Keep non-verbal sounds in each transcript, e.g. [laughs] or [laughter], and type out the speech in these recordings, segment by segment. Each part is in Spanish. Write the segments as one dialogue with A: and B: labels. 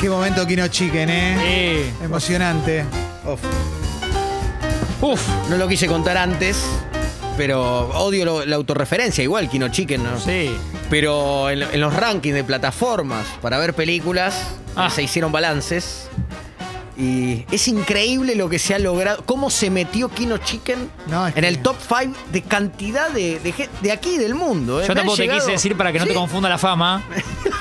A: Qué momento Kino Chicken, ¿eh?
B: Eh,
A: Emocionante.
B: Uf.
C: No lo quise contar antes, pero odio lo- la autorreferencia, igual Kino Chicken, ¿no?
B: Sí.
C: Pero en, en los rankings de plataformas para ver películas
B: Ah.
C: se hicieron balances. Y es increíble lo que se ha logrado. ¿Cómo se metió Kino Chicken
A: No, es
C: en
A: que-
C: el top 5 de cantidad de, de, gen- de aquí, del mundo? ¿eh? Me
B: Yo
C: han
B: tampoco te
C: llegado-
B: quise decir para que no
C: Sí.
B: te confunda la fama,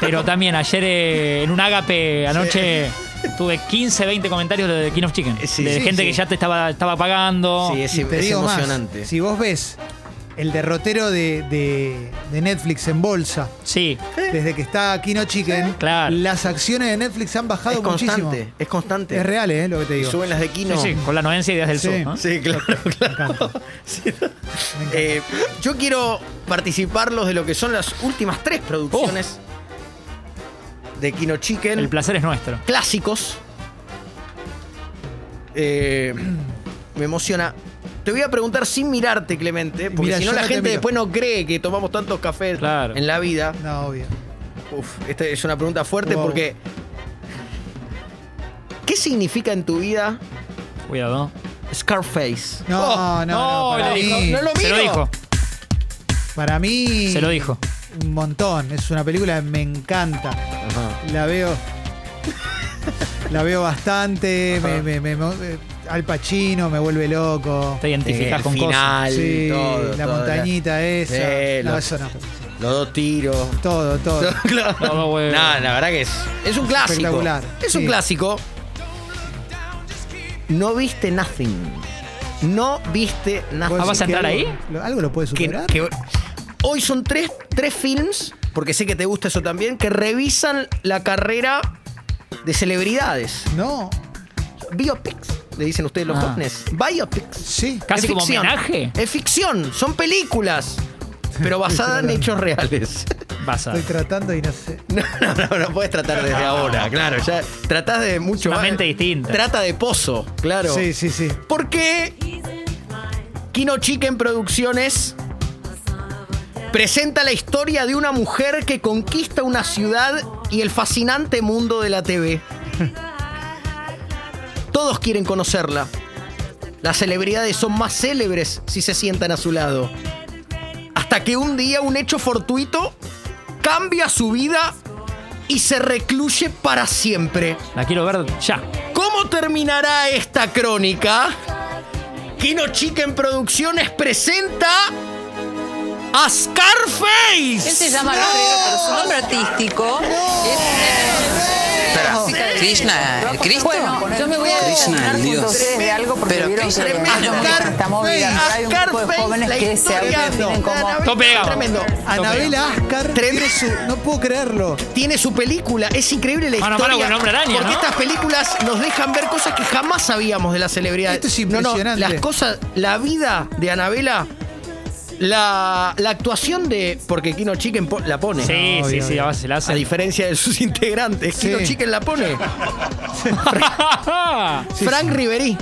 B: pero también ayer eh, en un ágape anoche tuve 15, 20 comentarios de King of Chicken.
C: Eh, Sí,
B: de
C: sí,
B: gente
C: sí.
B: que ya te estaba, estaba pagando.
C: Sí, es,
A: Y te
C: es
A: digo más,
C: emocionante.
A: si vos ves el derrotero de, de- de Netflix en bolsa,
B: Sí.
A: desde que está Kino Chicken,
B: Claro.
A: las acciones de Netflix han bajado
C: es constante,
A: muchísimo.
C: es constante.
A: Es real, ¿eh? Lo que te
C: Y
A: digo.
C: Suben las de Kino.
B: Sí, sí, con la novencia y ideas del
A: Sí.
B: sur. ¿no?
C: Sí, claro,
B: [laughs]
C: claro. Sí. Eh, yo quiero participarlos de lo que son las últimas tres producciones
A: Oh.
C: de Kino Chicken.
B: El placer es nuestro.
C: clásicos. Eh, me emociona. Te voy a preguntar sin mirarte, Clemente, porque
A: Mira,
C: si no
A: yo
C: la
A: no te
C: gente
A: miro.
C: después no cree que tomamos tantos cafés
B: Claro.
C: en la vida.
A: No, obvio.
C: Uf, esta es una pregunta fuerte
A: Wow.
C: porque. ¿Qué significa en tu vida
B: Cuidado.
C: Scarface?
A: No, no,
B: Oh,
A: no.
B: no,
A: Para
B: le dijo,
A: mí,
C: no lo
B: Se lo
C: miro.
B: dijo.
A: para mí,
B: Se lo dijo.
A: un montón. Es una película que me encanta.
C: Eh,
A: La veo. La veo bastante. Me, me- me- me- al Pacino me vuelve loco.
B: Te identificas
C: el
B: con cosas.
C: Eh, final,
A: Sí,
C: todo,
A: la
C: todo,
A: montañita esa.
C: Sí,
A: no,
C: lo-
A: eso no.
C: Los dos tiros.
A: Todo,
C: [laughs]
A: todo.
C: Claro.
B: Todo huevo.
C: No, la verdad que es. Es un clásico.
A: Espectacular,
C: Es un
A: sí.
C: clásico. No viste nothing. No viste nothing.
A: ¿Vos
B: Ah, ¿vas
A: decís
B: a
A: que
B: entrar
A: algo-
B: ahí?
A: lo- ¿Algo lo puede
C: Que-
A: superar?
C: que- hoy son tres, tres films, porque sé que te gusta eso también, que revisan la carrera de celebridades.
A: No.
C: Biopics, le dicen ustedes los
B: Ah.
C: jóvenes. Biopics.
A: Sí.
B: Casi
C: Es
B: como
C: ficción.
B: homenaje.
C: Es ficción, son películas, pero basadas en hechos reales.
B: Vas a.
A: Estoy tratando y no sé.
C: [laughs] No, no, no, no puedes tratar desde ahora, claro. Ya tratás de
B: Ah.
C: mucho
B: una
C: más.
B: mente distinta.
C: Trata de pozo, claro.
A: Sí, sí, sí.
C: Porque Kino Chicken Producciones presenta la historia de una mujer que conquista una ciudad y el fascinante mundo de la TV. [laughs] Todos quieren conocerla. Las celebridades son más célebres si se sientan a su lado. Hasta que un día un hecho fortuito cambia su vida y se recluye para siempre.
B: La quiero ver ya.
C: ¿Cómo terminará esta crónica? Kino Chicken Producciones presenta a Scarface.
D: Él se llama Gabriel, pero su nombre artístico es
E: Krishna, Cristo.
D: Bueno, yo me voy a
E: Krishna, el Dios.
D: tres de algo porque
E: Pero
D: vieron
E: qué
D: que
C: Tremendo.
D: no me gusta esta movida. Acá Hay un grupo de
C: Scarface,
D: jóvenes
C: la
D: que se
C: historia
D: autodefinen
C: de
D: como este,
C: Anabel-
B: Tope de gama.
C: Tremendo. Ah,
A: Anabela Ascar
C: Tremendo.
A: tiene su- No puedo creerlo.
C: Tiene su película, es increíble la
B: Mano a
C: historia.
B: mano con el hombre araña,
C: porque
B: ¿no?
C: estas películas nos dejan ver cosas que jamás sabíamos de la celebridad.
A: Esto es
C: No, no,
A: impresionante.
C: las cosas, la vida de Anabela, la, la actuación de. Porque Kino Chicken po- la pone.
B: Sí,
A: No,
B: sí,
A: obvio,
B: sí,
A: obvio.
B: a base la
C: A
B: hace.
C: diferencia de sus [laughs] integrantes.
A: Sí.
C: Kino Chicken la pone. Frank Riverí.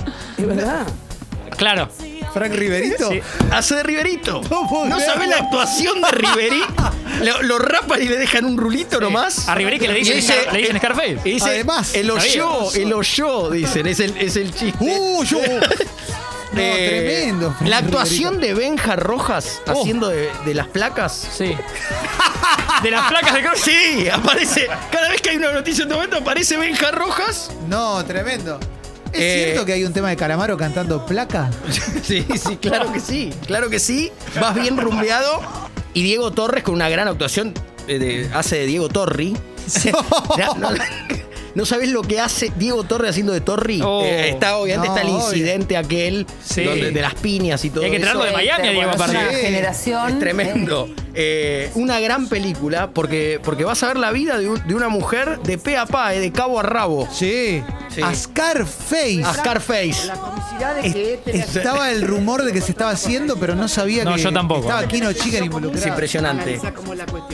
B: [laughs] claro.
A: Frank Riverito.
B: Sí.
C: Hace de Riverito.
A: No puedo
C: No sabés
A: creerlo.
C: la actuación
A: [laughs]
C: de Riverí. Lo, lo rapan y le dejan un rulito nomás.
B: Eh, A Ribery que le dicen,
C: Y dice- eh,
B: Scar- le dicen Scarface.
C: Y dice,
A: Además.
C: el oyó,
B: Sabía.
C: el oyó, dicen, es el, es el chiste.
A: ¡Uh, yo! Uh, No,
C: Eh,
A: tremendo. Frank
C: La actuación de Benja Rojas
B: Oh.
C: haciendo de, de las placas. [laughs]
B: Sí. De las placas de Cruz.
C: Sí, aparece. Cada vez que hay una noticia en tu momento, aparece Benja Rojas.
A: Riverito. No, tremendo. ¿Es
C: Eh,
A: cierto que hay un tema de Calamaro cantando
C: [laughs]
A: placa?
C: Sí, sí, claro que sí. Claro que sí. Vas bien rumbeado. Y Diego Torres con una gran actuación eh, de- hace de Diego Torri. [laughs] Ya, no, no sabés lo que hace Diego Torres haciendo de Torri.
B: Oh.
C: Eh, está, obviamente,
A: No,
C: está el
A: obvio.
C: incidente aquel
B: Sí.
C: donde- de las piñas y todo
B: Y hay que
C: eso.
B: traerlo de Miami, a Diego,
D: bueno, es
B: aparte.
D: una
A: Sí.
D: generación.
C: Es tremendo. Eh, una gran película porque, porque vas a ver la vida de, un- de una mujer de pe a pa, eh, de cabo a rabo.
A: Sí.
C: Sí.
A: Ascar Face.
C: A Scarface.
E: Este.
A: Estaba Este el rumor de que se estaba haciendo, pero no sabía
B: No,
A: que
B: yo tampoco.
A: estaba Kino Chicken
C: Es
A: involucrado.
C: impresionante.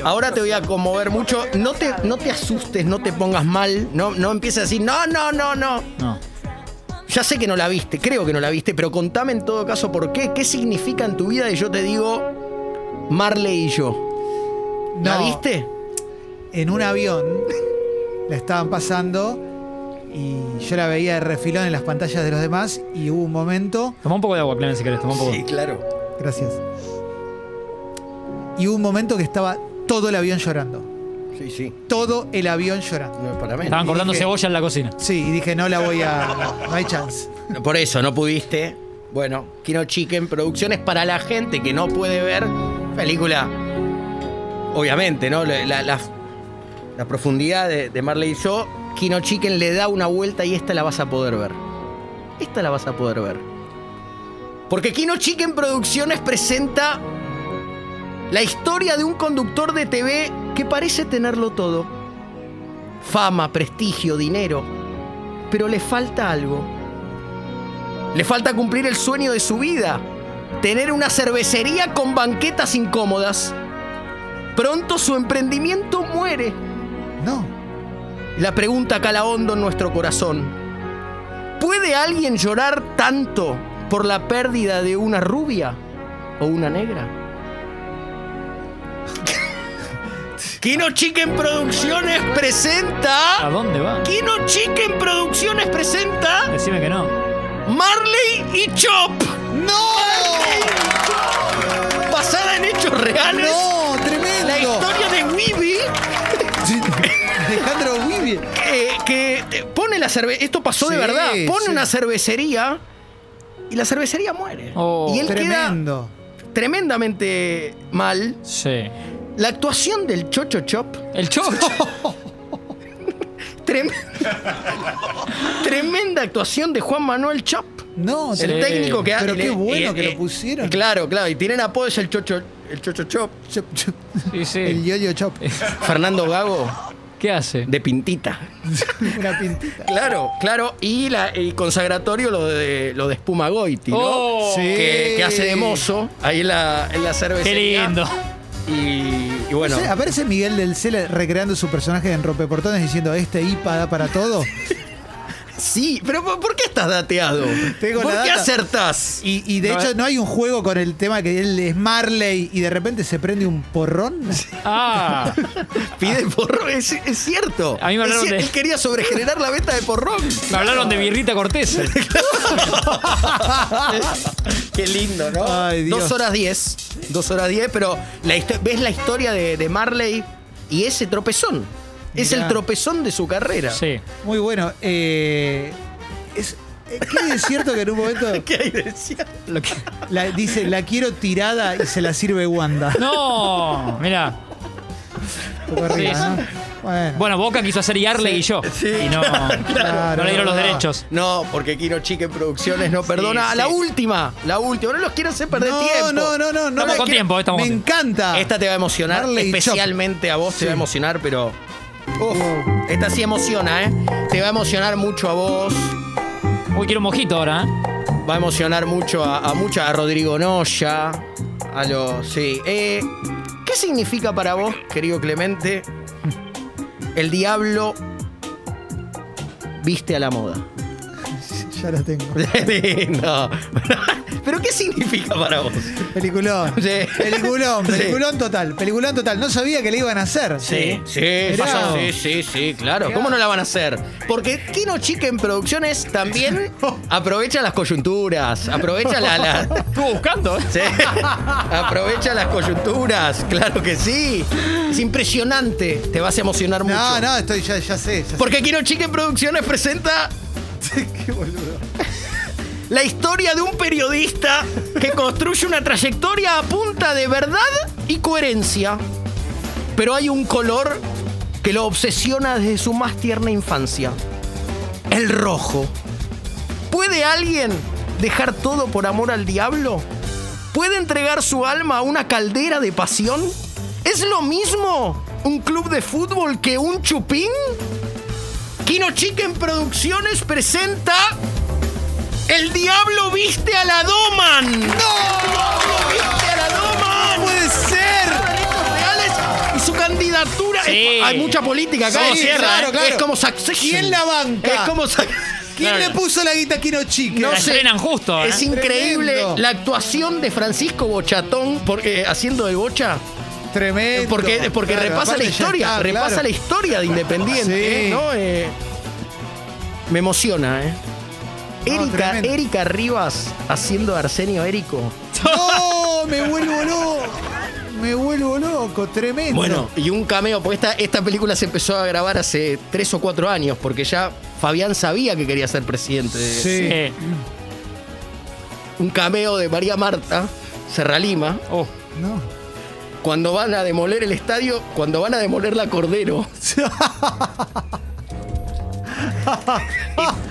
C: Ahora te voy a conmover mucho. No te, no te asustes, no te pongas mal. No, no empieces a decir, no, no, no, no.
B: No.
C: Ya sé que no la viste, creo que no la viste, pero contame en todo caso por qué. ¿Qué significa en tu vida? Y yo te digo, Marley y yo. ¿La
A: No.
C: viste?
A: en un avión la estaban pasando y yo la veía de refilón en las pantallas de los demás y hubo un momento,
B: Toma un poco de agua, Clemen, si querés. Toma un poco.
C: Sí, claro.
A: gracias, y hubo un momento que estaba todo el avión llorando,
C: Sí, sí.
A: todo el avión llorando.
C: No, para menos.
B: Estaban cortando
A: dije-
B: cebolla en la cocina.
A: Sí, y dije, no la voy a... no hay chance.
C: [laughs] Por eso no pudiste. Bueno, Kino Chicken Producciones para la gente que no puede ver película. Obviamente, ¿no? La, la- la- la profundidad de, de Marley y yo. Kino Chicken le da una vuelta y esta la vas a poder ver. Esta la vas a poder ver. Porque Kino Chicken Producciones presenta la historia de un conductor de TV que parece tenerlo todo. Fama, prestigio, dinero. Pero le falta algo. Le falta cumplir el sueño de su vida, tener una cervecería con banquetas incómodas. Pronto su emprendimiento muere.
A: No,
C: La pregunta cala hondo en nuestro corazón. ¿Puede alguien llorar tanto por la pérdida de una rubia o una negra? Kino Chicken Producciones
B: ¿A
C: presenta...
B: dónde va?
C: Kino Chicken Producciones presenta...
B: Decime que no.
C: Marley y Chop. ¡No! Basada en hechos reales.
A: no,
C: La
A: tremendo.
C: historia de Weeby
A: Alejandro Wibi.
C: que, que, eh, pone la cerveza. Esto pasó de
A: Sí,
C: verdad. Pone
A: sí.
C: una cervecería y la cervecería muere.
B: Oh.
C: y él
A: Tremendo.
C: queda tremendamente mal.
B: Sí.
C: La actuación del Chocho Chop.
B: El chocho.
C: trem- [laughs] tremenda actuación de Juan Manuel Chop.
A: No,
B: Sí.
A: tremendo.
C: El técnico que ha-
A: Pero
C: y le-
A: qué
C: y-
A: bueno
C: y-
A: que lo pusieron.
C: Claro, claro. Y tienen apodo, es el Chocho, el Chocho Chop.
A: Chop, chop.
B: Sí,
A: El
B: sí.
A: yo-yo chop.
C: Fernando Gago,
B: ¿Qué hace?
C: de pintita.
A: [laughs] Una pintita.
C: Claro, claro. Y la, el consagratorio, lo de, lo de espuma Goiti, ¿no?
B: Oh,
A: Sí.
C: Que, que hace de mozo ahí en la, en la
B: qué
C: cervecería.
B: lindo.
C: Y, y bueno,
A: No sé, aparece Miguel del Cel recreando su personaje en Rompeportones diciendo, este IPA da para [laughs] todo.
C: sí, pero ¿por por qué estás dateado?
A: Tengo
C: ¿Por
A: la
C: qué
A: data.
C: acertás?
A: Y, y de
B: No,
A: hecho
B: eh.
A: no hay un juego con el tema que él es Marley y de repente se prende un [laughs] porrón.
B: Ah,
C: Pide porrón, es, es cierto.
B: A mí me
C: Es
B: hablaron
C: cier-
B: de-
C: Él quería sobregenerar la venta de porrón.
B: me hablaron de birrita
C: [laughs]
B: Cortés.
C: Qué lindo, ¿no?
A: Ay, Dios.
C: Ah, Dos horas diez. Dos horas diez, pero la histo- ves la historia de, de Marley y ese tropezón. Es
A: Mirá.
C: el tropezón de su carrera.
B: Sí.
A: Muy bueno. eh, es, eh, ¿Qué es cierto que en un [laughs] momento
C: ¿Qué hay de cierto?
A: la- dice, la quiero tirada y se la sirve [laughs] Wanda?
B: No, mira.
A: Un poco arriba, [laughs]
B: Sí.
A: ¿no? Bueno,
B: Bueno, Boca quiso hacer Yarley y yo. y
C: [laughs]
B: no,
A: claro.
B: no le dieron los
A: No.
B: derechos.
C: No, porque Kino Chique Producciones no perdona.
B: sí.
C: La última, la última. No los quiero hacer perder
A: no,
C: tiempo.
A: no, no, no, no.
B: Estamos
A: me-
B: con tiempo, estamos
A: Me
B: con tiempo.
A: encanta.
C: Esta te va a emocionar,
A: Marley y Chop.
C: especialmente a vos te
A: Sí.
C: va a emocionar, pero. Uf, esta sí emociona, ¿eh? Te va a emocionar mucho a vos.
B: Uy, quiero un mojito ahora. ¿eh?
C: Va a emocionar mucho a, a mucha a Rodrigo Noya. A los. Sí. Eh, ¿Qué significa para vos, querido Clemente, el diablo viste a la moda?
A: Ya lo
C: [laughs]
A: tengo.
C: no. [laughs] ¿Pero qué significa para vos?
A: Peliculón.
C: Sí.
A: Peliculón,
C: Sí.
A: peliculón total. Peliculón total. No sabía que le iban a hacer.
C: Sí,
A: Mirá.
C: sí, sí, sí, claro. ¿Cómo no la van a hacer? Porque Kino Chicken Producciones
B: [laughs]
C: también aprovecha las coyunturas, aprovecha la... la-
B: Estuvo buscando, ¿eh?
C: Sí. Aprovecha las coyunturas, claro que sí. Es impresionante, te vas a emocionar mucho.
A: No, no, estoy, ya, ya sé. ya sé.
C: Porque Kino Chicken Producciones
A: [laughs]
C: presenta
A: Qué boludo.
C: [laughs] la historia de un periodista que construye una trayectoria a punta de verdad y coherencia. Pero hay un color que lo obsesiona desde su más tierna infancia. El rojo. ¿Puede alguien dejar todo por amor al diablo? ¿Puede entregar su alma a una caldera de pasión? ¿Es lo mismo un club de fútbol que un chupín? Kino Chicken Producciones presenta... ¡El diablo viste a la Doman! ¡No! ¡El diablo viste a la Doman! ¡Puede ser! reales y su candidatura.
B: Sí.
C: Es- hay mucha política acá.
B: Sí,
C: de tierra,
A: claro,
C: ¿eh?
A: claro.
C: Es como Succession.
A: ¿Quién la banca?
C: Es como Suc-
A: ¿Quién
B: Claro.
A: le puso la guita a Kino Chique?
C: No
B: la
C: sé.
B: estrenan justo. ¿eh?
C: Es increíble
A: Tremendo.
C: la actuación de Francisco Bochatón porque haciendo de bocha.
A: tremendo.
C: Porque, porque
A: Claro,
C: repasa la
A: aparte ya
C: historia,
A: está,
C: repasa
A: claro.
C: la historia de Independiente,
A: Sí.
C: ¿no? Eh, me emociona, ¿eh?
A: No,
C: Erika,
A: tremendo.
C: Erika Rivas haciendo de Arsenio Érico.
A: ¡No! Me vuelvo loco. Me vuelvo loco, tremendo.
C: Bueno, y un cameo, porque esta, esta película se empezó a grabar hace tres o cuatro años, porque ya Fabián sabía que quería ser presidente.
A: Sí.
B: Eh,
C: Un cameo de María Marta, Serralima,
B: oh.
A: No.
C: cuando van a demoler el estadio, cuando van a demoler la Cordero.
A: [laughs]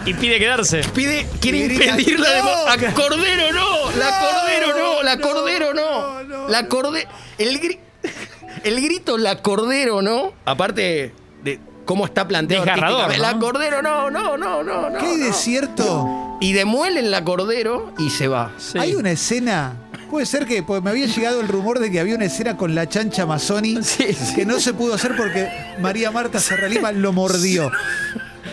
B: Y pide quedarse.
C: Pide, quiere
A: Y grita,
C: impedir la demo-
A: "No,
C: ¡A Cordero no! ¡La
A: no,
C: Cordero no! ¡La
A: no,
C: Cordero
A: no,
C: no!
A: no,
C: ¡La
A: no".
C: Cordero! El, gri- el grito La Cordero no, aparte de cómo está planteado
B: Desgarrador,
C: artísticamente, La
B: ¿no?
C: Cordero no, no, no, no, no.
A: Qué
C: no.
A: desierto.
C: Y demuelen La Cordero y se va.
B: Sí.
A: Hay una escena. Puede ser que pues, me había llegado el rumor de que había una escena con la chancha Mazzoni
C: [laughs] Sí, sí.
A: que no se pudo hacer porque María Marta Serralima lo mordió.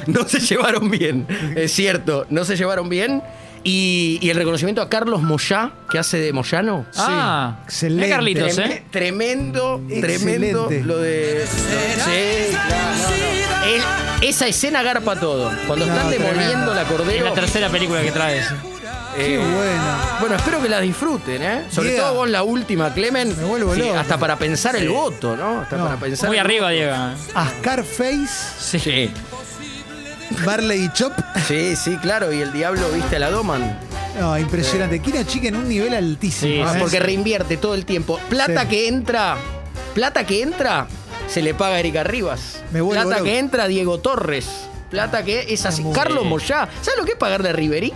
C: No se llevaron bien, es cierto, no se llevaron bien. Y, y el reconocimiento a Carlos Moyá, que hace de Moyano.
B: Ah,
A: Excelente.
B: mirá Carlitos,
C: Treme-
B: ¿eh?
C: Tremendo, tremendo
A: Excelente.
C: lo de. Sí, no, no, no. El- esa escena garpa todo. Cuando
A: No,
C: están
A: tremendo.
C: demoliendo la
B: Es
C: cordero.
B: la tercera película que traes.
A: Qué
C: eh,
A: bueno.
C: bueno, espero que la disfruten, ¿eh? Sobre
A: Yeah.
C: todo vos la última, Clemen.
A: Me vuelvo loco.
C: Hasta para pensar el voto, ¿no? Hasta
A: No.
C: para pensar.
B: Muy
C: el-
B: arriba, Diego.
A: Ascar Face,
B: Sí.
A: Barley y Chop.
C: Sí, sí, claro. Y el diablo viste a la Doman.
A: No, impresionante. Kira Chica en un nivel altísimo.
B: Sí,
A: ¿eh?
C: Ah, porque reinvierte todo el tiempo. Plata
A: Sí.
C: que entra. Plata que entra. Se le paga a Erika Rivas.
A: Me vuelvo
C: plata
A: loco. Ah,
C: que entra a Diego Torres. Plata que es así.
A: muy
C: Carlos
B: bien.
C: Moyá. ¿Sabes lo que es pagarle a Riverí?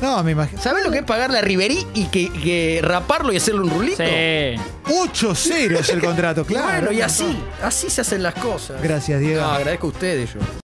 A: No, me imagino.
C: ¿Sabes lo que es pagarle a Riverí y que, que raparlo y hacerle un rulito?
B: Sí.
A: 8-0 es el contrato, claro.
C: [laughs] Bueno, y así, así se hacen las cosas.
A: Gracias, Diego.
C: No, agradezco a ustedes yo.